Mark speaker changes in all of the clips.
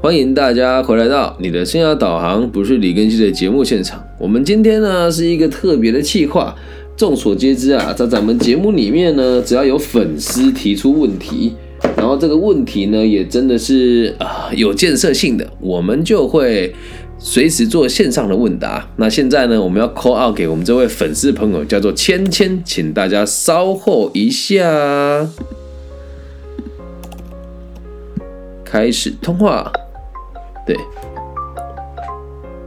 Speaker 1: 欢迎大家回来到你的生涯导航，不是李根熙的节目现场。我们今天呢是一个特别的企划。众所皆知啊，在咱们节目里面呢，只要有粉丝提出问题，然后这个问题呢也真的是啊、有建设性的，我们就会随时做线上的问答。那现在呢，我们要 call out 给我们这位粉丝朋友，叫做芊芊，请大家稍后一下。开始通话。对，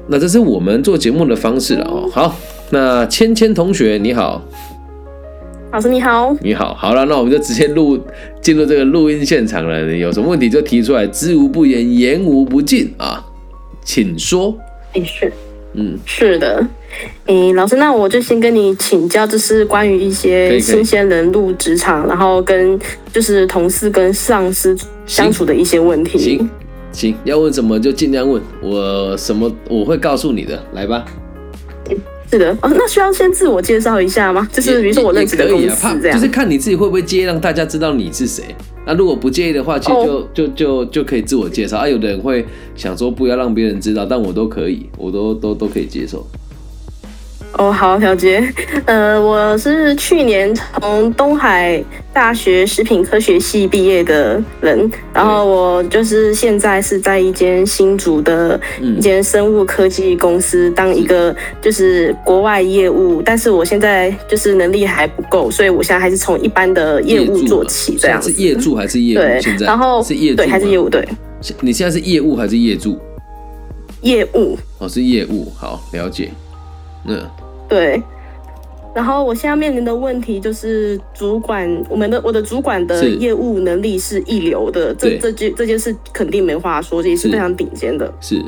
Speaker 1: 那这是我们做节目的方式了哦。好，那芊芊同学你好，
Speaker 2: 老师你好，
Speaker 1: 你好，好了，那我们就直接录进入这个录音现场了。你有什么问题就提出来，知无不言，言无不尽啊，请说。
Speaker 2: 你是
Speaker 1: 嗯，
Speaker 2: 是的，诶，老师，那我就先跟你请教，就是关于
Speaker 1: 可以
Speaker 2: 一
Speaker 1: 可
Speaker 2: 些
Speaker 1: 以
Speaker 2: 新鲜人入职场，然后跟就是同事跟上司相处的一些问题
Speaker 1: 行。行，要问什么就尽量问，我什么我会告诉你的，来吧。
Speaker 2: 是的，哦，那需要先自我介绍一下吗？就是比如说我认识的
Speaker 1: 也也可
Speaker 2: 公
Speaker 1: 以啊怕
Speaker 2: 司这
Speaker 1: 就
Speaker 2: 样
Speaker 1: 是。看你自己会不会介意，让大家知道你是谁。那、如果不介意的话，其实就、
Speaker 2: 哦
Speaker 1: 就就就可以自我介绍啊。有的人会想说不要让别人知道，但我都可以，我都都都可以接受。
Speaker 2: 哦，好，了解。呃，我是去年从东海大学食品科学系毕业的人，然后我就是现在是在一间新竹的
Speaker 1: 嗯
Speaker 2: 一间生物科技公司当一个就是国外业务，但是我现在就是能力还不够，所以我现在还是从一般的业务
Speaker 1: 嘛
Speaker 2: 做起这样
Speaker 1: 啊是
Speaker 2: 子。
Speaker 1: 业主还是业务？
Speaker 2: 对
Speaker 1: 现，在
Speaker 2: 然后
Speaker 1: 是业主
Speaker 2: 对还是
Speaker 1: 吗
Speaker 2: 业务对
Speaker 1: 是你现在是业务还是业主？
Speaker 2: 业务
Speaker 1: 哦，是业务。好，了解。嗯，
Speaker 2: 对。然后我现在面临的问题就是，主管我们的我的主管的
Speaker 1: 是
Speaker 2: 业务能力是一流的，这
Speaker 1: 对
Speaker 2: 这句这件事肯定没话说，这也是
Speaker 1: 是
Speaker 2: 非常顶尖的。
Speaker 1: 是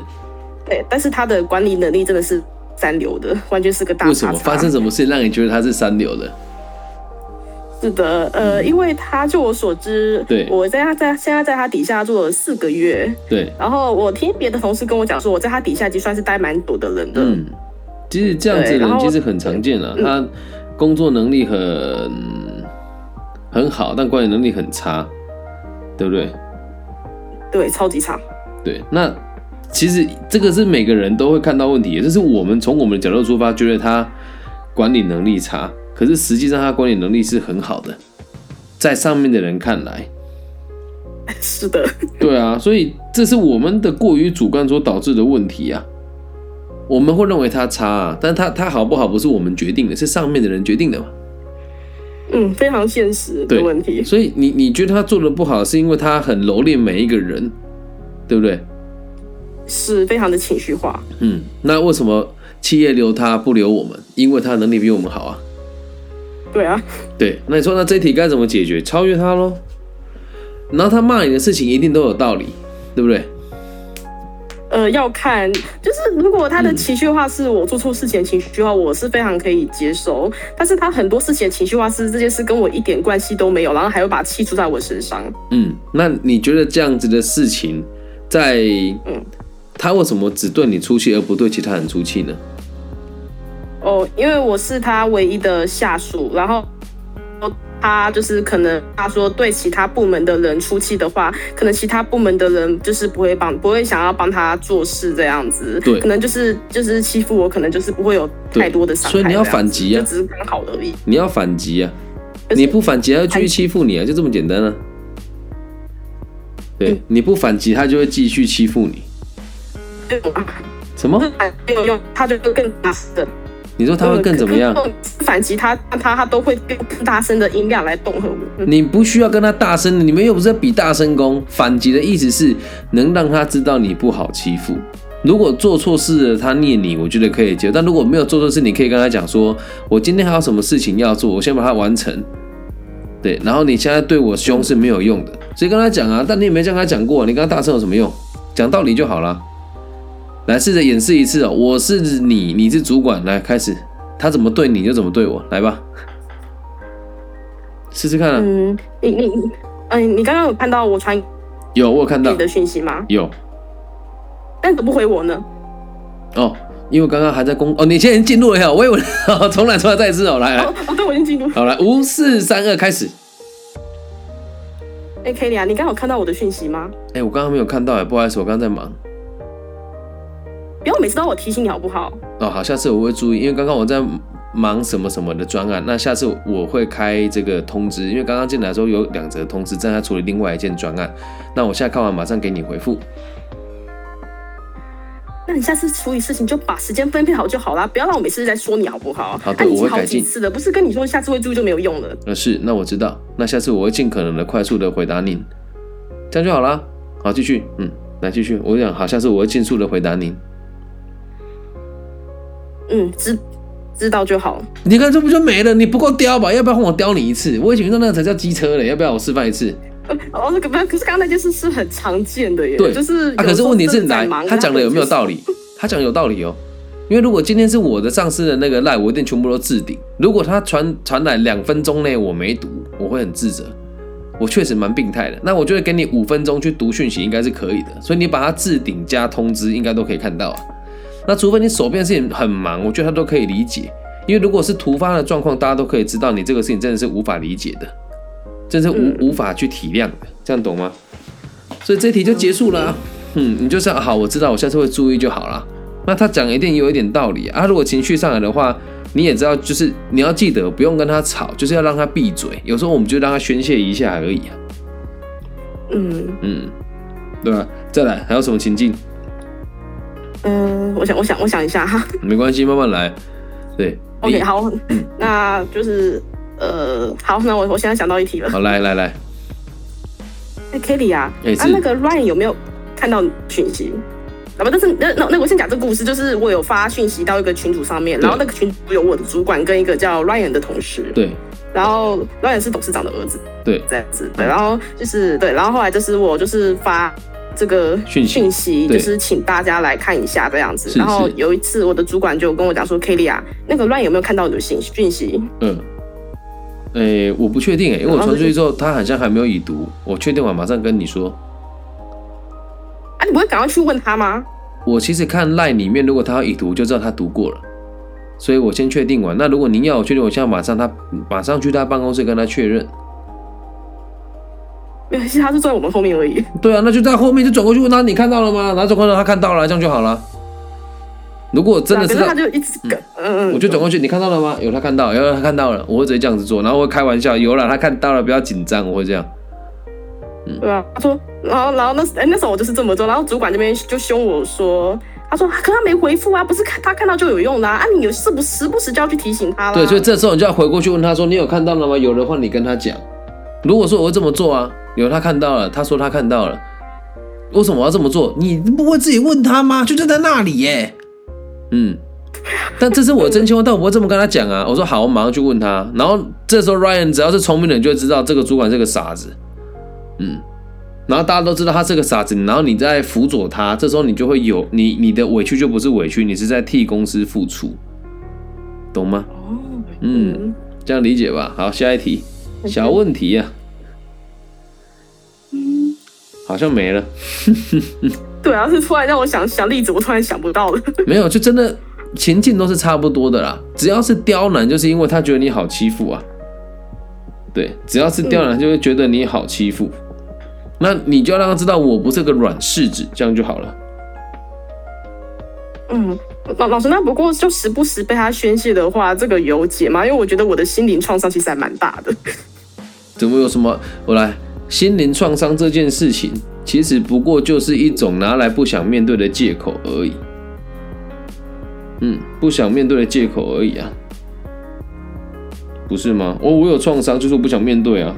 Speaker 2: 对，但是他的管理能力真的是三流的， 完全是个大
Speaker 1: 为什
Speaker 2: 叉
Speaker 1: 么
Speaker 2: 叉。
Speaker 1: 发生什么事让你觉得他是三流的？
Speaker 2: 是的，呃，因为他就我所知，
Speaker 1: 嗯对
Speaker 2: 我在他在现在在他底下做了四个月，
Speaker 1: 对，
Speaker 2: 然后我听别的同事跟我讲说，我在他底下已经算是待蛮久的人了。
Speaker 1: 嗯，其实这样子的
Speaker 2: 对然
Speaker 1: 人
Speaker 2: 后
Speaker 1: 其实很常见了、
Speaker 2: 嗯
Speaker 1: 他工作能力很很好，但管理能力很差，对不对？
Speaker 2: 对，超级差。
Speaker 1: 对，那其实这个是每个人都会看到问题的，就是我们从我们的角度出发，觉得他管理能力差，可是实际上他管理能力是很好的，在上面的人看来，
Speaker 2: 是的，
Speaker 1: 对啊，所以这是我们的过于主观所导致的问题啊。我们会认为他差、啊，但他他好不好不是我们决定的，是上面的人决定的嘛。
Speaker 2: 嗯，非常现实
Speaker 1: 对
Speaker 2: 的问题。
Speaker 1: 所以你你觉得他做的不好，是因为他很蹂躏每一个人，对不对？
Speaker 2: 是非常的情绪化。
Speaker 1: 嗯，那为什么企业留他不留我们？因为他能力比我们好啊。
Speaker 2: 对啊，
Speaker 1: 对，那你说那这一题该怎么解决？超越他喽。然后他骂你的事情一定都有道理，对不对？
Speaker 2: 呃，要看，就是如果
Speaker 1: 嗯
Speaker 2: 他的情绪化是我做错事情的情绪化，我是非常可以接受。但是他很多事情的情绪化是这件事跟我一点关系都没有，然后还会把气出在我身上。
Speaker 1: 嗯，那你觉得这样子的事情，在
Speaker 2: 嗯
Speaker 1: 他为什么只对你出气而不对其他人出气呢？
Speaker 2: 哦，因为我是他唯一的下属，然后。他就是可能他说对其他部门的人出气的话，可能其他部门的人就是不会帮，不会想要帮他做事这样子。
Speaker 1: 对
Speaker 2: 可能就是就是欺负我，可能就是不会有
Speaker 1: 对
Speaker 2: 太多的伤害
Speaker 1: 所
Speaker 2: 这
Speaker 1: 以
Speaker 2: 样子。
Speaker 1: 你要反击啊
Speaker 2: 就只是刚好而已。
Speaker 1: 你要反击啊！
Speaker 2: 可是
Speaker 1: 你不反击，他就继续欺负你啊，就这么简单啊。对，
Speaker 2: 嗯
Speaker 1: 你不反击，他就会继续欺负你。
Speaker 2: 对啊
Speaker 1: 什么？
Speaker 2: 没有用，他就会更大声。
Speaker 1: 你说他会更怎么样？？
Speaker 2: 反击他，他他都会用更大声的音量来恫吓 我。
Speaker 1: 你不需要跟他大声，你们又不是在比大声功。反击的意思是能让他知道你不好欺负。如果做错事了，他念你，我觉得可以接受。但如果没有做错事，你可以跟他讲说：“我今天还有什么事情要做，我先把它完成。”对，然后你现在对我凶是没有用的，所以跟他讲啊。但你也没这样跟他讲过，你跟他大声有什么用？讲道理就好啦。来，试着演示一次哦。我是你，你是主管，来开始，他怎么对你就怎么对我，来吧，试试看啊。
Speaker 2: 嗯，你你嗯、你刚刚有看到我传
Speaker 1: 有，我有看
Speaker 2: 给
Speaker 1: 到
Speaker 2: 你，的讯息吗？
Speaker 1: 有
Speaker 2: 但怎么不回我呢？
Speaker 1: 哦，因为刚刚还在公哦，你现在已经进入了呀，我以为 重来，重来，再一次哦，来来，
Speaker 2: 哦，对，我已经进入。
Speaker 1: 好来，五四三二开始。
Speaker 2: 哎 k e l y 你刚好看到我的讯息吗？
Speaker 1: 哎、我刚刚没有看到哎，不好意思，我刚刚在忙。
Speaker 2: 不要每次都我提醒你好不好？
Speaker 1: 哦，好，下次我会注意，因为刚刚我在忙什么什么的专案，那下次我会开这个通知，因为刚刚进来的时候有两则通知，正在处理另外一件专案，那我现在看完马上给你回复。
Speaker 2: 那你下次处理事情就把时间分配好就好啦，不要让我每次在说你好不好？
Speaker 1: 好的
Speaker 2: 啊、你已
Speaker 1: 我会
Speaker 2: 经好
Speaker 1: 改进
Speaker 2: 几次了，不是跟你说下次会注意就没有用了。
Speaker 1: 呃，是，那我知道，那下次我会尽可能的快速的回答您，这样就好啦。好，继续，嗯，来继续，我想好，下次我会尽速的回答您。
Speaker 2: 嗯，知知道就好。
Speaker 1: 你看这不就没了？你不够刁吧？要不要换我刁你一次？我以前用那个才叫机车嘞，要不要我示范一次？
Speaker 2: 呃 哦，那个不要，可是刚刚那件事是很常见的耶，
Speaker 1: 对
Speaker 2: 就是有时
Speaker 1: 啊，
Speaker 2: 候
Speaker 1: 可是问题是
Speaker 2: 真的
Speaker 1: 来
Speaker 2: 在忙，
Speaker 1: 他讲的有没有道？理？他讲有道理哦。因为如果今天是我的上司的那个赖，我一定全部都置顶。如果他传传来两分钟内我没读，我会很自责。我确实蛮病态的。那我觉得给你五分钟去读讯息应该是可以的，所以你把它置顶加通知应该都可以看到啊。那除非你手边的事情很忙，我觉得他都可以理解。因为如果是突发的状况，大家都可以知道你这个事情真的是无法理解的，真是无、
Speaker 2: 嗯
Speaker 1: 无法去体谅的，这样懂吗？所以这题就结束了啊、嗯，你就这样好，我知道，我下次会注意就好了。那他讲一定有一点道理啊。啊如果情绪上来的话，你也知道，就是你要记得不用跟他吵，就是要让他闭嘴。有时候我们就让他宣泄一下而已啊。
Speaker 2: 嗯
Speaker 1: 嗯，对吧？再来还有什么情境？
Speaker 2: 嗯、我想我想我想一下哈。
Speaker 1: 没关系，慢慢来。对
Speaker 2: OK，
Speaker 1: 你嗯
Speaker 2: 好，那就是呃，好，那我我现在想到一题了。
Speaker 1: 好，来来来，
Speaker 2: 哎 Kelly 啊，
Speaker 1: 哎
Speaker 2: 啊
Speaker 1: 是
Speaker 2: 那个 Ryan 有没有看到讯息？啊不，但是那那那我先讲这个故事，就是我有发讯息到一个群组上面，
Speaker 1: 对
Speaker 2: 然后那个群组有我的主管跟一个叫 Ryan 的同事，
Speaker 1: 对
Speaker 2: 然后 Ryan 是董事长的儿子，
Speaker 1: 对，
Speaker 2: 这样子，对，然后就是对，然后后来就是我就是发这个
Speaker 1: 讯息
Speaker 2: 讯息，
Speaker 1: 对
Speaker 2: 就是请大家来看一下这样子
Speaker 1: 是。
Speaker 2: 然后
Speaker 1: 是
Speaker 2: 有一次我的主管就跟我讲说，Kelly 啊，那个 Ryan 有没有看到你的信讯息？
Speaker 1: 嗯。诶、我不确定诶、因为我传出去之后，他好像还没有已读。我确定完马上跟你说。
Speaker 2: 啊，你不会赶快去问他吗？
Speaker 1: 我其实看 line 里面，如果他要已读，就知道他读过了，所以我先确定完。那如果您要我确定，我现在马上他马上去他办公室跟他确认。
Speaker 2: 没有，其实他是坐在我们后面而已。
Speaker 1: 对啊，那就在后面就转过去问他，你看到了吗？然后转过来他看到了，这样就好了。如果真的
Speaker 2: 对
Speaker 1: 是
Speaker 2: 啊可是他
Speaker 1: 他，
Speaker 2: 就一直跟，嗯嗯，
Speaker 1: 我就转过去，你看到了吗？有他看到，有他看到了，我会直接这样子做，然后会开玩笑，有了他看到了，不要紧张，我会这样。
Speaker 2: 对啊，他说，然后然后那时哎那时候我就是这么做，然后主管这边就凶我说。他说：“可他没回复啊，不是看他看到就有用啦、啊，你有时不时不时就要去提醒他啦。”
Speaker 1: 对，所以这时候你就要回过去问他说：“你有看到了吗？”有的话你跟他讲。如果说我会这么做啊，有他看到了，他说他看到了，为什么我要这么做？你不会自己问他吗？就站在那里耶、嗯，但这是我真心话，但我不会这么跟他讲啊。我说好，我马上去问他。然后这时候 Ryan 只要是聪明的人，就会知道这个主管是个傻子。嗯，然后大家都知道他是个傻子，然后你在辅佐他，这时候你就会有你你的委屈就不是委屈，你是在替公司付出，懂吗？
Speaker 2: 哦，
Speaker 1: 嗯
Speaker 2: 嗯，
Speaker 1: 这样理解吧。好，下一题，
Speaker 2: 嗯
Speaker 1: 小问题啊呀、好像没了，
Speaker 2: 对啊，是突然让我想想例子，我突然想不到了。
Speaker 1: 没有，就真的情境都是差不多的啦。只要是刁难，就是因为他觉得你好欺负啊。对，只要是刁难，就会觉得你好欺负。那你就要让他知道我不是个软柿子，这样就好了。
Speaker 2: 嗯，老老师，那不过就时不时被他宣泄的话，这个有解吗？因为我觉得我的心灵创伤其实还蛮大的。
Speaker 1: 怎么有什么？我来，心灵创伤这件事情，其实不过就是一种拿来不想面对的借口而已。嗯，不想面对的借口而已啊，不是吗？哦我、我有创伤，就是我不想面对啊，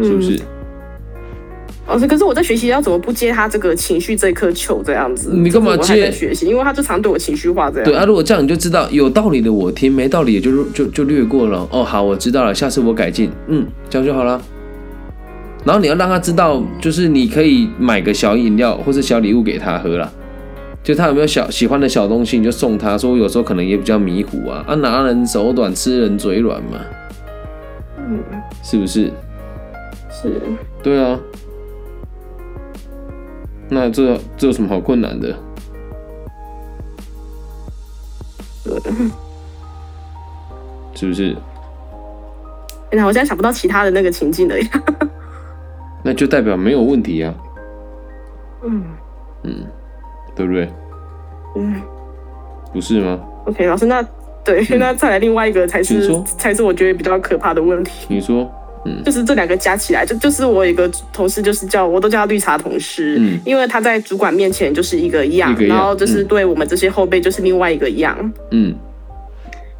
Speaker 1: 是不是？
Speaker 2: 老师，可是我在学习要怎么不接他这个情绪这颗球这样子？
Speaker 1: 你干嘛
Speaker 2: 这是我还在
Speaker 1: 接
Speaker 2: 学习，因为他就常对我情绪化这样。
Speaker 1: 对啊，如果这样你就知道有道理的我听，没道理也就就就略过了。哦，好，我知道了，下次我改进，嗯，这样就好了。然后你要让他知道，就是你可以买个小饮料或是小礼物给他喝啦。就他有没有小喜欢的小东西，你就送他。说我有时候可能也比较迷糊啊，啊，拿人手短，吃人嘴软嘛，
Speaker 2: 嗯，
Speaker 1: 是不是？
Speaker 2: 是。
Speaker 1: 对啊。那这这有什么好困难的？是不是？
Speaker 2: 天哎哪，我现在想不到其他的那个情境了呀。
Speaker 1: 那就代表没有问题啊，
Speaker 2: 嗯
Speaker 1: 嗯，对不对？
Speaker 2: 嗯
Speaker 1: 不是吗？
Speaker 2: ，OK，老师，那对，
Speaker 1: 嗯
Speaker 2: 那再来另外一个才
Speaker 1: 请
Speaker 2: 是
Speaker 1: 说
Speaker 2: 才是我觉得比较可怕的问题，
Speaker 1: 你说，嗯
Speaker 2: 就是这两个加起来，就就是我有一个同事，就是叫我都叫他绿茶同事，
Speaker 1: 嗯
Speaker 2: 因为他在主管面前就是一个样，
Speaker 1: 一个样
Speaker 2: 然后就是
Speaker 1: 嗯
Speaker 2: 对我们这些后辈就是另外一个样。
Speaker 1: 嗯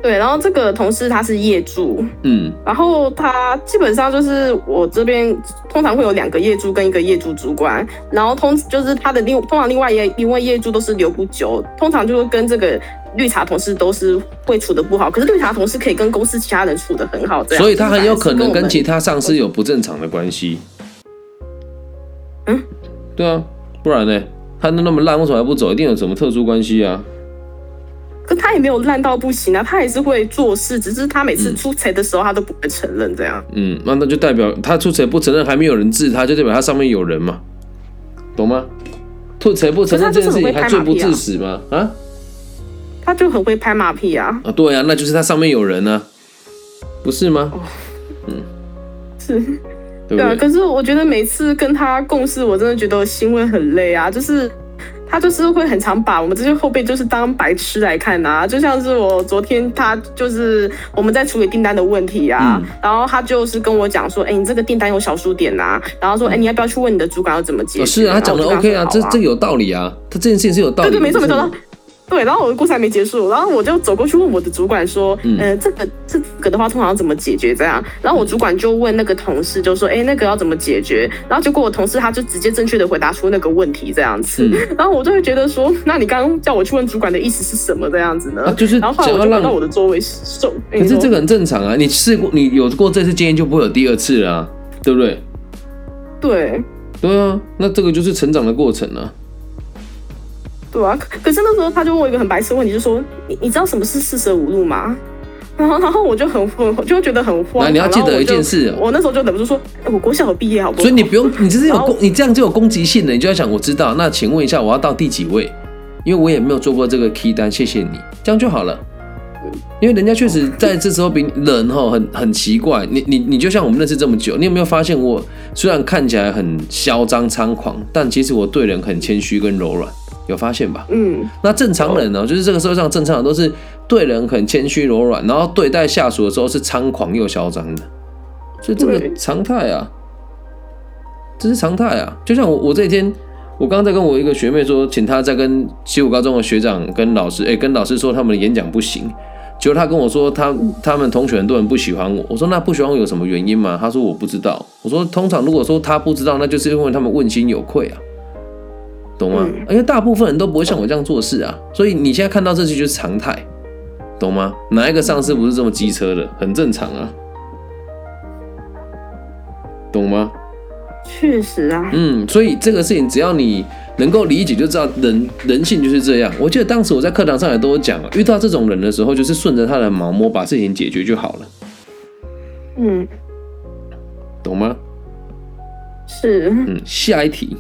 Speaker 2: 对，然后这个同事他是业主，
Speaker 1: 嗯
Speaker 2: 然后他基本上就是我这边通常会有两个业主跟一个业主主管，然后通就是他的另通常另外一一位业主都是留不久，通常就会跟这个绿茶同事都是会处的不好，可是绿茶同事可以跟公司其他人处的很好，这样
Speaker 1: 所以他很有可能
Speaker 2: 啊就是反而是我
Speaker 1: 跟
Speaker 2: 们
Speaker 1: 其他上司有不正常的关系。
Speaker 2: 嗯，
Speaker 1: 对啊，不然呢？他那么烂，为什么还不走？一定有什么特殊关系啊？
Speaker 2: 可他也没有烂到不行啊，他也是会做事，只是他每次出差的时候他都不会承认这样。
Speaker 1: 嗯，那那就代表他出谁不承认，还没有人治他，就代表他上面有人嘛，懂吗？吐谁不承认这件事情还罪不至死吗？啊
Speaker 2: 他就很会拍马屁啊，
Speaker 1: 啊，对啊，那就是他上面有人啊，不是吗？对哦
Speaker 2: 是。哦对啊，
Speaker 1: 不对？
Speaker 2: 可是我觉得每次跟他共事，我真的觉得心会很累啊，就是。他就是会很常把我们这些后辈就是当白痴来看啊，就像是我昨天他就是我们在处理订单的问题啊，
Speaker 1: 嗯
Speaker 2: 然后他就是跟我讲说，哎、你这个订单有小数点啊，然后说，哎、你要不要去问你的主管要怎么解
Speaker 1: 嗯
Speaker 2: 决？
Speaker 1: 哦是啊，他讲的
Speaker 2: 然后我就
Speaker 1: OK
Speaker 2: 跟
Speaker 1: 啊，
Speaker 2: 他
Speaker 1: 这
Speaker 2: 说好
Speaker 1: 这有道理啊，他这件事情是有道理
Speaker 2: 对
Speaker 1: 的。
Speaker 2: 对，没错没错。然
Speaker 1: 是
Speaker 2: 后对，然后我的故事还没结束，然后我就走过去问我的主管说，
Speaker 1: 嗯
Speaker 2: 嗯、呃，这个这个的话通常要怎么解决？这样，然后我主管就问那个同事，就说，哎，那个要怎么解决？然后结果我同事他就直接正确的回答出那个问题，这样子，
Speaker 1: 嗯
Speaker 2: 然后我就会觉得说，那你刚刚叫我去问主管的意思是什么？这样子呢？
Speaker 1: 啊就是
Speaker 2: 然后后来我
Speaker 1: 想
Speaker 2: 就
Speaker 1: 要让
Speaker 2: 回到我的座位受，哎可
Speaker 1: 可是这个很正常啊，你试过，你有过这次经验就不会有第二次了、啊，对不对？
Speaker 2: 对。
Speaker 1: 对啊，那这个就是成长的过程啊。
Speaker 2: 对啊，可可是那时候他就问我一个很白痴的问题，就说你你知道什么是四舍五入吗？然后然 后我就很很就会觉得很慌
Speaker 1: 那
Speaker 2: 唐。
Speaker 1: 你要记得
Speaker 2: 然后我就
Speaker 1: 一件事哦
Speaker 2: 我那时候就忍不住说，哎我国小有毕业好不好？
Speaker 1: 所以你不用，你这是有
Speaker 2: 然后
Speaker 1: 攻，你这样就有攻击性了。你就要想，我知道。那请问一下，我要到第几位？因为我也没有做过这个 key 单，谢谢你，这样就好了。因为人家确实
Speaker 2: 哦
Speaker 1: 在这时候比人哈很很奇怪。你你你就像我们认识这么久，你有没有发现我虽然看起来很嚣张猖狂，但其实我对人很谦虚跟柔软，有发现吧？
Speaker 2: 嗯，
Speaker 1: 那正常人呢、哦就是这个社会上正常人都是对人很谦虚柔软，然后对待下属的时候是猖狂又嚣张的，所以这个
Speaker 2: 对
Speaker 1: 常态啊，这是常态啊。就像我我这一天，我刚刚在跟我一个学妹说，请她在跟西武高中的学长跟老师，哎、跟老师说他们的演讲不行。结果她跟我说，她他们同学很多人不喜欢我。我说那不喜欢我有什么原因吗？她说我不知道。我说通常如果说她不知道，那就是因为他们问心有愧啊。懂吗？
Speaker 2: 嗯
Speaker 1: 因为大部分人都不会像我这样做事啊，所以你现在看到这些就是常态，懂吗？哪一个上司不是这么机车的？很正常啊，懂吗？
Speaker 2: 确实啊，
Speaker 1: 嗯，所以这个事情只要你能够理解，就知道人人性就是这样。我记得当时我在课堂上也都有讲啊，遇到这种人的时候，就是顺着他的毛摸把事情解决就好了，
Speaker 2: 嗯，
Speaker 1: 懂吗？
Speaker 2: 是。
Speaker 1: 嗯，下一题，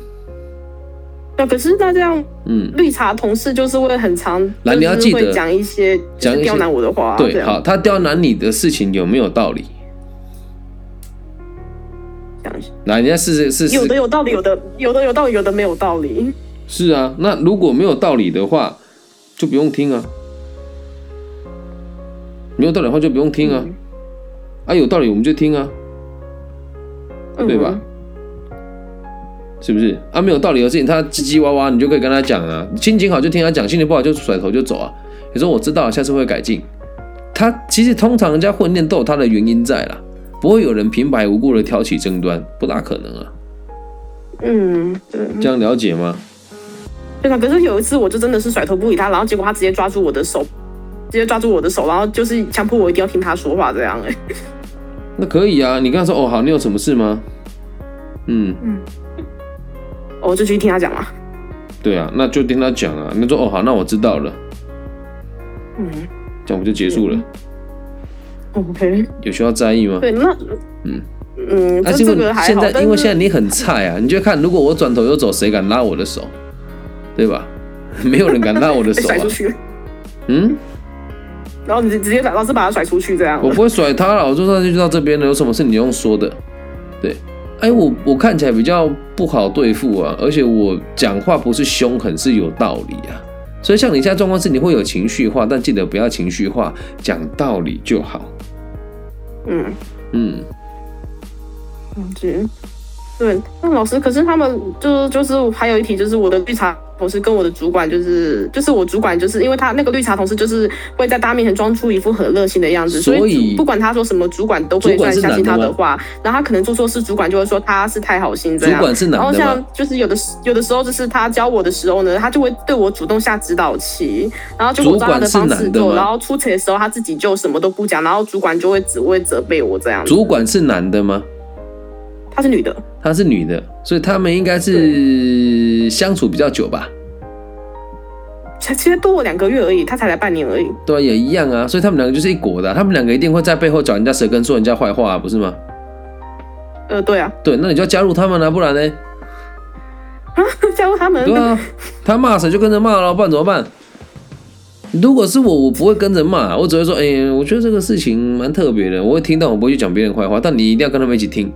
Speaker 2: 那可是那这样，
Speaker 1: 嗯，
Speaker 2: 绿茶同事就是会很常，
Speaker 1: 来
Speaker 2: 就是
Speaker 1: 你要记得
Speaker 2: 会讲一些
Speaker 1: 讲
Speaker 2: 就
Speaker 1: 一些
Speaker 2: 是刁难我的话，这
Speaker 1: 对，
Speaker 2: 样
Speaker 1: 好，，他刁难你的事情有没有道理？
Speaker 2: 讲一些
Speaker 1: 来，你再试试试试
Speaker 2: 有的有道理，有的有的有道理，有的没有道理，
Speaker 1: 是啊，那如果没有道理的话，就不用听啊。没有道理的话就不用听啊，啊有道理我们就听啊，
Speaker 2: 嗯
Speaker 1: 对吧？？是不是？啊没有道理的事情，他唧唧哇哇，你就可以跟他讲啊，心情好就听他讲，心情不好就甩头就走啊。你说我知道了，下次会改进。他其实通常人家混练都有他的原因在啦，不会有人平白无故的挑起争端，不大可能啊。
Speaker 2: 嗯，对。
Speaker 1: 这样了解吗？
Speaker 2: 对啊吧？可是有一次，我就真的是甩头不理他，然后结果他直接抓住我的手，直接抓住我的手，然后就是强迫我一定要听他说话这样、哎，
Speaker 1: 那可以啊，你跟他说哦好，你有什么事吗？嗯，
Speaker 2: 我哦就去听他讲嘛。
Speaker 1: 对啊，那就听他讲啊。那说哦好，那我知道了，
Speaker 2: 嗯
Speaker 1: 这样不就结束了？
Speaker 2: ，OK，
Speaker 1: 有需要在意吗？
Speaker 2: 对，那
Speaker 1: 嗯
Speaker 2: 嗯，
Speaker 1: 那
Speaker 2: 这
Speaker 1: 是因
Speaker 2: 这
Speaker 1: 为
Speaker 2: 个还
Speaker 1: 现
Speaker 2: 好，
Speaker 1: 在，
Speaker 2: 但
Speaker 1: 因为
Speaker 2: 是
Speaker 1: 现在你很菜 啊，你就看如果我转头又走，谁敢拉我的手， 对吧？没有人敢拉我的
Speaker 2: 被
Speaker 1: 手啊
Speaker 2: 甩出。去，
Speaker 1: 嗯，
Speaker 2: 然后你直直接把老师把他甩出去这样。
Speaker 1: 我不会甩他了，我坐上去就到这边了，有什么事你用说的。对，哎，我我看起来比较不好对付啊，而且我讲话不是凶狠，是有道理啊。所以像你现在状况是，你会有情绪化，但记得不要情绪化，讲道理就好。
Speaker 2: 嗯
Speaker 1: 嗯，
Speaker 2: 嗯，对。对，那老师，可是他们就就是还有一题，就是我的绿茶同事跟我的主管，就是就是我主管，就是因为他那个绿茶同事，就是会在大家面前装出一副很热心的样子，所
Speaker 1: 所以
Speaker 2: 主不管他说什么，主管都会
Speaker 1: 主管
Speaker 2: 算
Speaker 1: 是
Speaker 2: 相信他
Speaker 1: 男的
Speaker 2: 的
Speaker 1: 吗
Speaker 2: 话。然后他可能做错事，主管就会说他是太好心这
Speaker 1: 主
Speaker 2: 样。
Speaker 1: 管是
Speaker 2: 啊然后
Speaker 1: 男的
Speaker 2: 像
Speaker 1: 吗？
Speaker 2: 就是有的时有的时候，就是他教我的时候呢，他就会对我主动下指导棋，然后就我照他的
Speaker 1: 主管是
Speaker 2: 方式
Speaker 1: 男的吗
Speaker 2: 做，然后出题的时候他自己就什么都不讲，然后主管就会只会责备我这样子。
Speaker 1: 主管是男的吗？
Speaker 2: 她是女的，
Speaker 1: 她是女的，所以他们应该是相处比较久吧？
Speaker 2: 才其实多我两个月而已，她才来半年而已。
Speaker 1: 对啊，也一样啊，所以他们两个就是一国的啊、他们两个一定会在背后嚼人家舌根，说人家坏话、啊，不是吗？
Speaker 2: 呃，对啊，
Speaker 1: 对，那你就要加入他们啊，不然呢？
Speaker 2: 加入他们。
Speaker 1: 对啊，他骂谁就跟着骂了，不然怎么办？如果是我，我不会跟着骂，我只会说，哎、我觉得这个事情蛮特别的，我会听到，我不会去讲别人坏话，但你一定要跟他们一起听，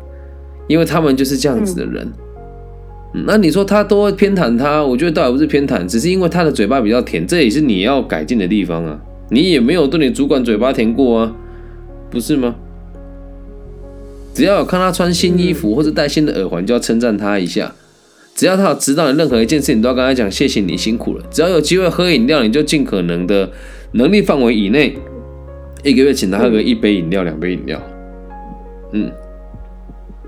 Speaker 1: 因为他们就是这样子的人。嗯那你说他都会偏袒他，我觉得倒也不是偏袒，只是因为他的嘴巴比较甜，这也是你要改进的地方啊。你也没有对你主管嘴巴甜过啊，不是吗？只要有看他穿新衣服或者戴新的耳环，就要称赞他一下。只要他有指导你任何一件事，你都要跟他讲谢谢你辛苦了。只要有机会喝饮料，你就尽可能的能力范围以内，一个月请他喝个一杯饮料、两杯饮料。嗯，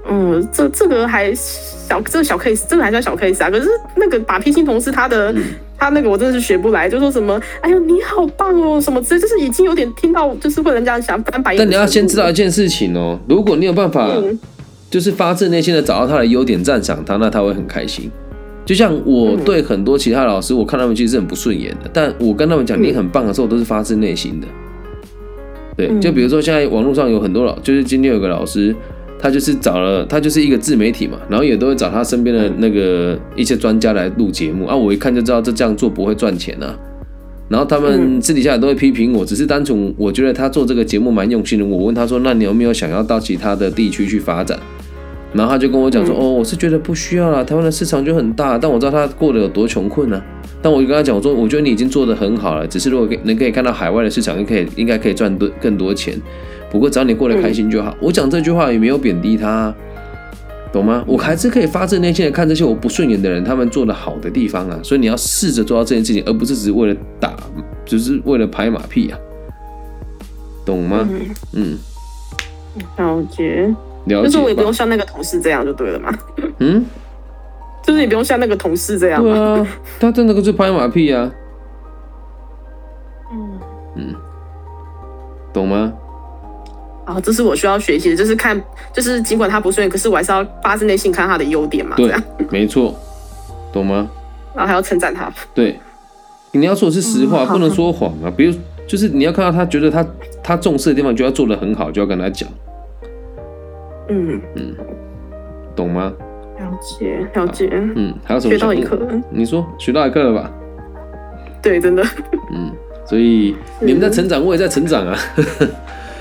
Speaker 2: 嗯，这这个还小，这个小 case，这个还算小 case 啊。可是那个把屁新同事他的、
Speaker 1: 嗯
Speaker 2: 他那个我真的是学不来，就说什么哎呦你好棒哦什么之类，就是已经有点听到就是会人家想翻白眼。
Speaker 1: 但你要先知道一，件事情哦，如果你有办法，
Speaker 2: 嗯
Speaker 1: 就是发自内心的找到他的优点，赞赏他，那他会很开心。就像我
Speaker 2: 嗯
Speaker 1: 对很多其他老师，我看他们其实是很不顺眼的，但我跟他们
Speaker 2: 嗯
Speaker 1: 讲你很棒的时候，我都是发自内心的。对，
Speaker 2: 嗯
Speaker 1: 就比如说现在网络上有很多老，就是今天有个老师，他就是找了他就是一个自媒体嘛，然后也都会找他身边的那个一些专家来录节目啊，我一看就知道这这样做不会赚钱啊。然后他
Speaker 2: 嗯
Speaker 1: 们私底下也都会批评我，只是单纯我觉得他做这个节目蛮用心的。我问他说：“那你有没有想要到其他的地区去发展？”然后他就跟我讲说：“
Speaker 2: 嗯
Speaker 1: 哦，我是觉得不需要啦，台湾的市场就很大，但我知道他过得有多穷困啊。但我就跟他讲，我说我觉得你已经做得很好了，只是如果可以能可以看到海外的市场，应可以应该可以赚多更多钱。不过只要你过得开心就
Speaker 2: 嗯
Speaker 1: 好。我讲这句话也没有贬低他啊、懂吗？我还是可以发自内心的看这些我不顺眼的人他们做的好的地方啊，所以你要试着做到这件事情，而不是只是为了打，只是为了拍马屁啊，懂吗？
Speaker 2: 嗯，
Speaker 1: 嗯，
Speaker 2: 了解，
Speaker 1: 啊了
Speaker 2: 就是
Speaker 1: 解
Speaker 2: 我也不
Speaker 1: 吧
Speaker 2: 用。像那个同事这样就对了嘛，
Speaker 1: 嗯，
Speaker 2: 就是也不用像那个同事这样
Speaker 1: 对
Speaker 2: 嘛。
Speaker 1: 啊，他真的就是拍马屁啊，
Speaker 2: 嗯，
Speaker 1: 懂吗？
Speaker 2: 啊，这是我需要学习的，就是看，就是尽管他不顺眼，可是我还是要发自内心看他的优点嘛，这
Speaker 1: 对
Speaker 2: 样，，
Speaker 1: 没错，懂吗？
Speaker 2: 然后还要称赞他。
Speaker 1: 对，你要说的是实话，
Speaker 2: 嗯好
Speaker 1: 不能说谎啊。比如，就是你要看到他觉得他他重视的地方，就要做得很好，就要跟他讲，
Speaker 2: 嗯，
Speaker 1: 懂吗？
Speaker 2: 了解了解，
Speaker 1: 嗯，还有什么
Speaker 2: 学
Speaker 1: 想
Speaker 2: 到一
Speaker 1: 问
Speaker 2: 课了。
Speaker 1: 你说学到一课了吧？
Speaker 2: 对，真的。
Speaker 1: 嗯，所以你们在成长，我也在成长啊。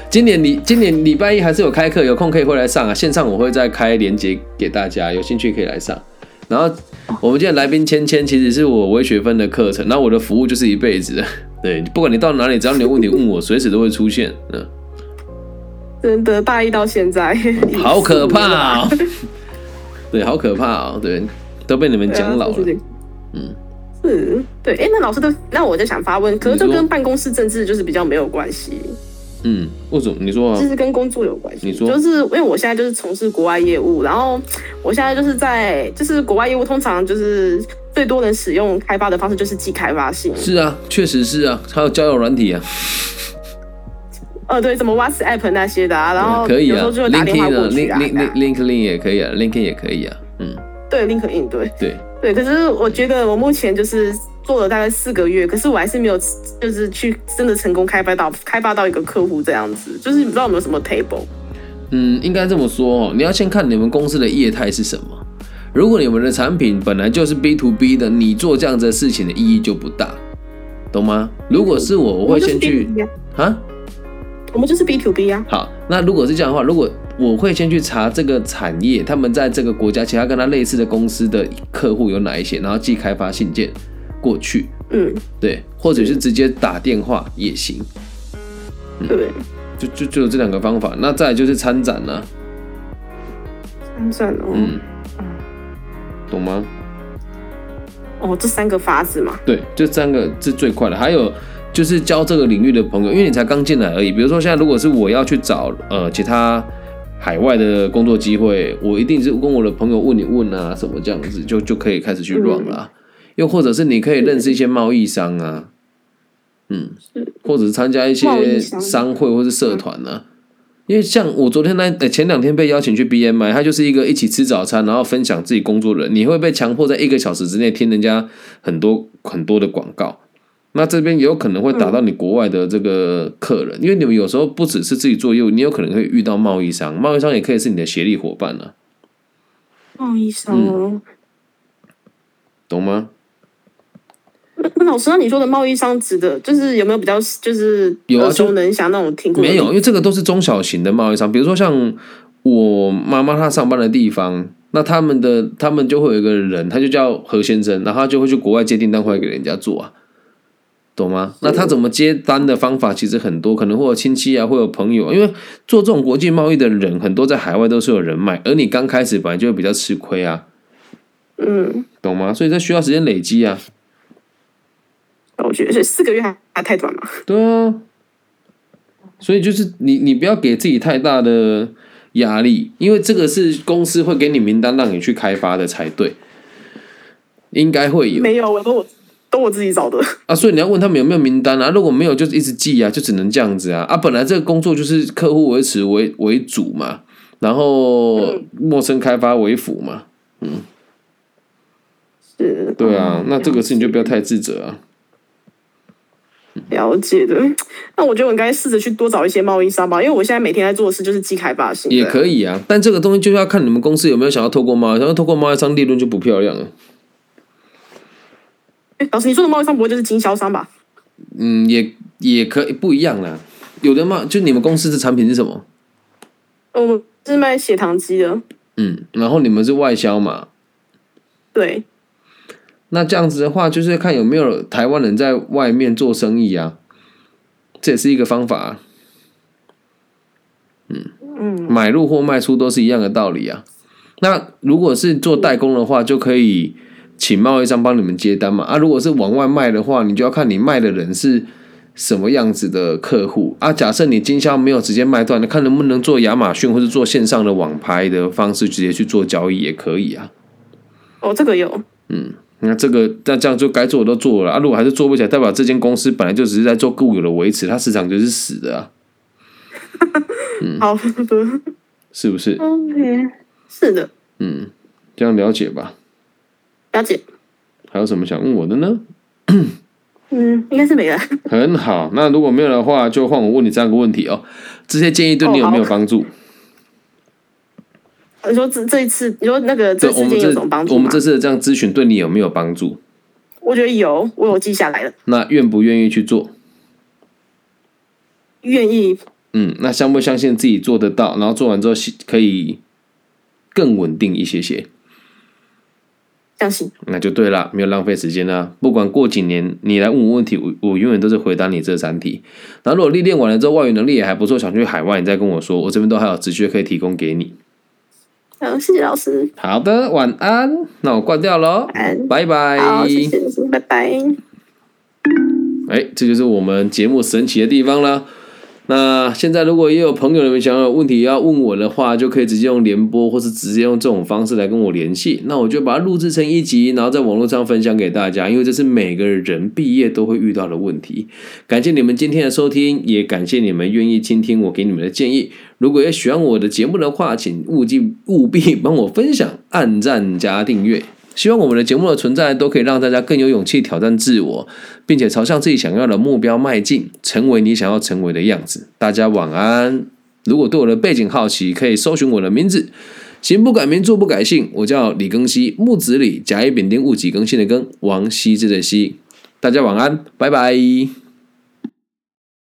Speaker 1: 今年礼今年礼拜一还是有开课，有空可以回来上啊。线上我会再开连接给大家，有兴趣可以来上。然后我们今天来宾芊芊其实是我微学分的课程，那我的服务就是一辈子的。 对，不管你到哪里，只要你有问题问我，随时都会出现。嗯，
Speaker 2: 真的，大一到现在，
Speaker 1: 嗯 好可怕哦！ 对，好可怕哦！对，都被你们
Speaker 2: 对啊
Speaker 1: 讲老了。。嗯
Speaker 2: 嗯，是对。哎，那老师的，那我就想发问，可是这
Speaker 1: 你说
Speaker 2: 跟办公室政治就是比较没有关系，
Speaker 1: 嗯，为什么？你说啊
Speaker 2: 就？是跟工作有关系。
Speaker 1: 你说
Speaker 2: 就是因为我现在就是从事国外业务，然后我现在就是在，就是国外业务通常就是最多人使用开发的方式就是寄开发信。
Speaker 1: 是啊，确实是啊，还有交友软体啊。
Speaker 2: 呃，对，什么 WhatsApp 那些的啊，然后
Speaker 1: 可以
Speaker 2: 有时
Speaker 1: 啊
Speaker 2: 候就会打电话
Speaker 1: ，LinkedIn 啊
Speaker 2: 过去啊。这
Speaker 1: ，Link
Speaker 2: 样
Speaker 1: Link Link 也可以啊，LinkedIn 也可以啊，嗯，
Speaker 2: 对，LinkedIn 对。
Speaker 1: 对，
Speaker 2: 对，可是我觉得我目前就是做了大概四个月，可是我还是没有，就是去真的成功开发到开发到一个客户这样子，就是你不知道有没有什么 table？
Speaker 1: 嗯，应该这么说哦，你要先看你们公司的业态是什么。如果你们的产品本来就是 B to B 的，你做这样子的事情的意义就不大，懂吗？如果是我，我会先去，啊？
Speaker 2: 我们就是 B to B 啊。
Speaker 1: 好，那如果是这样的话，如果我会先去查这个产业，他们在这个国家其他跟他类似的公司的客户有哪一些，然后寄开发信件过去，
Speaker 2: 嗯，
Speaker 1: 对，或者是直接打电话也行，嗯
Speaker 2: 对，
Speaker 1: 就就就有这两个方法。那再来就是参展啊啦、
Speaker 2: 参展哦，
Speaker 1: 嗯，懂吗？
Speaker 2: 哦，这三个法子嘛，
Speaker 1: 对，这三个是最快的。还有就是教这个领域的朋友，因为你才刚进来而已。比如说现在，如果是我要去找呃其他海外的工作机会，我一定是跟我的朋友问一问啊，什么这样子，就就可以开始去 run 啦。
Speaker 2: 嗯
Speaker 1: 又或者是你可以认识一些贸易商啊，嗯，或者是参加一
Speaker 2: 贸
Speaker 1: 些
Speaker 2: 易商
Speaker 1: 商会或是社团啊。因为像我昨天那、呃前两天被邀请去 BMI，他就是一个一起吃早餐，然后分享自己工作的人，你会被强迫在一个小时之内听人家很多很多的广告。那这边也有可能会打到你国外的这个客人，因为你们有时候不只是自己做业务，你有可能会遇到贸易商，贸易商也可以是你的协力伙伴啊，
Speaker 2: 贸易商
Speaker 1: 嗯
Speaker 2: 哦。
Speaker 1: 懂吗？
Speaker 2: 那那老师，那你说的贸易商指的就是有没有比较就是
Speaker 1: 有啊
Speaker 2: 耳熟
Speaker 1: 就
Speaker 2: 能详那种听过的？
Speaker 1: 没有，因为这个都是中小型的贸易商，比如说像我妈妈她上班的地方，那他们的他们就会有一个人，他就叫何先生，然后他就会去国外接订单回来给人家做啊，懂吗？那他怎么接单的方法其实很多，可能会有亲戚啊，会有朋友啊，因为做这种国际贸易的人很多在海外都是有人脉，而你刚开始本来就会比较吃亏啊，
Speaker 2: 嗯，
Speaker 1: 懂吗？所以这需要时间累积啊，
Speaker 2: 我觉得所以四个月还还太短嘛。
Speaker 1: 对啊，所以就是你你不要给自己太大的压力，因为这个是公司会给你名单让你去开发的才对，应该会有
Speaker 2: 没有，我都我都我自 己找的。
Speaker 1: 啊，所以你要问他们有没有名单啊，如果没有就是一直记啊，就只能这样子啊啊，本来这个工作就是客户维持为为主嘛，然后陌生开发为辅嘛，
Speaker 2: 是，
Speaker 1: 对啊，那这个事情就不要太自责啊。
Speaker 2: 了解的。那我觉得我应该试着去多找一些贸易商吧，因为我现在每天在做的事就是寄开发信。
Speaker 1: 也可以啊，但这个东西就是要看你们公司有没有想要透过贸易商，透过贸易商利润就不漂亮了。
Speaker 2: 诶老师，你说的贸易商不会就是经销商吧？
Speaker 1: 嗯，也也可以不一样啦。有的嘛，就你们公司的产品是什么？
Speaker 2: 哦我们是卖血糖机的，
Speaker 1: 嗯，然后你们是外销嘛？
Speaker 2: 对，
Speaker 1: 那这样子的话，就是看有没有台湾人在外面做生意啊，这也是一个方法、啊。嗯嗯，买入或卖出都是一样的道理啊。那如果是做代工的话，就可以请贸易商帮你们接单嘛。啊，如果是往外卖的话，你就要看你卖的人是什么样子的客户啊。假设你经销没有直接卖断的，看能不能做亚马逊或是做线上的网拍的方式直接去做交易也可以啊。
Speaker 2: 哦，这个有，
Speaker 1: 那这个那这样就该做的都做了啊，如果还是做不起来，代表这间公司本来就只是在做固有的维持，它市场就是死的啊，嗯
Speaker 2: 好嗯
Speaker 1: 是不是？
Speaker 2: ，OK，是的，
Speaker 1: 嗯，这样了解吧。
Speaker 2: 了解，
Speaker 1: 还有什么想问我的呢？
Speaker 2: 嗯，应该是没了，
Speaker 1: 很好，那如果没有的话，就换我问你这样一个问题哦。这些建议
Speaker 2: 哦
Speaker 1: 对你有没有帮助？
Speaker 2: 你说这这一次，你说那个
Speaker 1: 对
Speaker 2: 这
Speaker 1: 我
Speaker 2: 事
Speaker 1: 们
Speaker 2: 件
Speaker 1: 这
Speaker 2: 有什么帮助
Speaker 1: 我
Speaker 2: 吗
Speaker 1: 们这次的这样咨询对你有没有帮助？
Speaker 2: 我觉得有，我有记下来了，
Speaker 1: 那愿不愿意去做？
Speaker 2: 愿意，
Speaker 1: 嗯，那相不相信自己做得到？然后做完之后可以更稳定一些些。
Speaker 2: 相信，
Speaker 1: 那就对了，没有浪费时间啦。不管过几年你来问我问题，我我永远都是回答你这三题。然后如果历练完了之后，外语能力也还不错，想去海外，你再跟我说，我这边都还有职缺可以提供给你。
Speaker 2: 嗯，谢谢老师，
Speaker 1: 好的，晚安，那我挂掉喽，
Speaker 2: 安
Speaker 1: 拜拜。
Speaker 2: 好，谢谢老师，拜拜。
Speaker 1: 哎，这就是我们节目神奇的地方啦。那现在如果也有朋友你们想要有问题要问我的话，就可以直接用联播，或是直接用这种方式来跟我联系。那我就把它录制成一集，然后在网络上分享给大家，因为这是每个人毕业都会遇到的问题。感谢你们今天的收听，也感谢你们愿意倾听我给你们的建议。如果也喜欢我的节目的话，请务必务必帮我分享、按赞加订阅。希望我们的节目的存在都可以让大家更有勇气挑战自我，并且朝向自己想要的目标迈进，成为你想要成为的样子。大家晚安。如果对我的背景好奇，可以搜寻我的名字。行不改名，坐不改姓，我叫李庚希，木子李，甲乙丙丁戊己庚辛的庚，王羲之的羲。大家晚安，拜拜。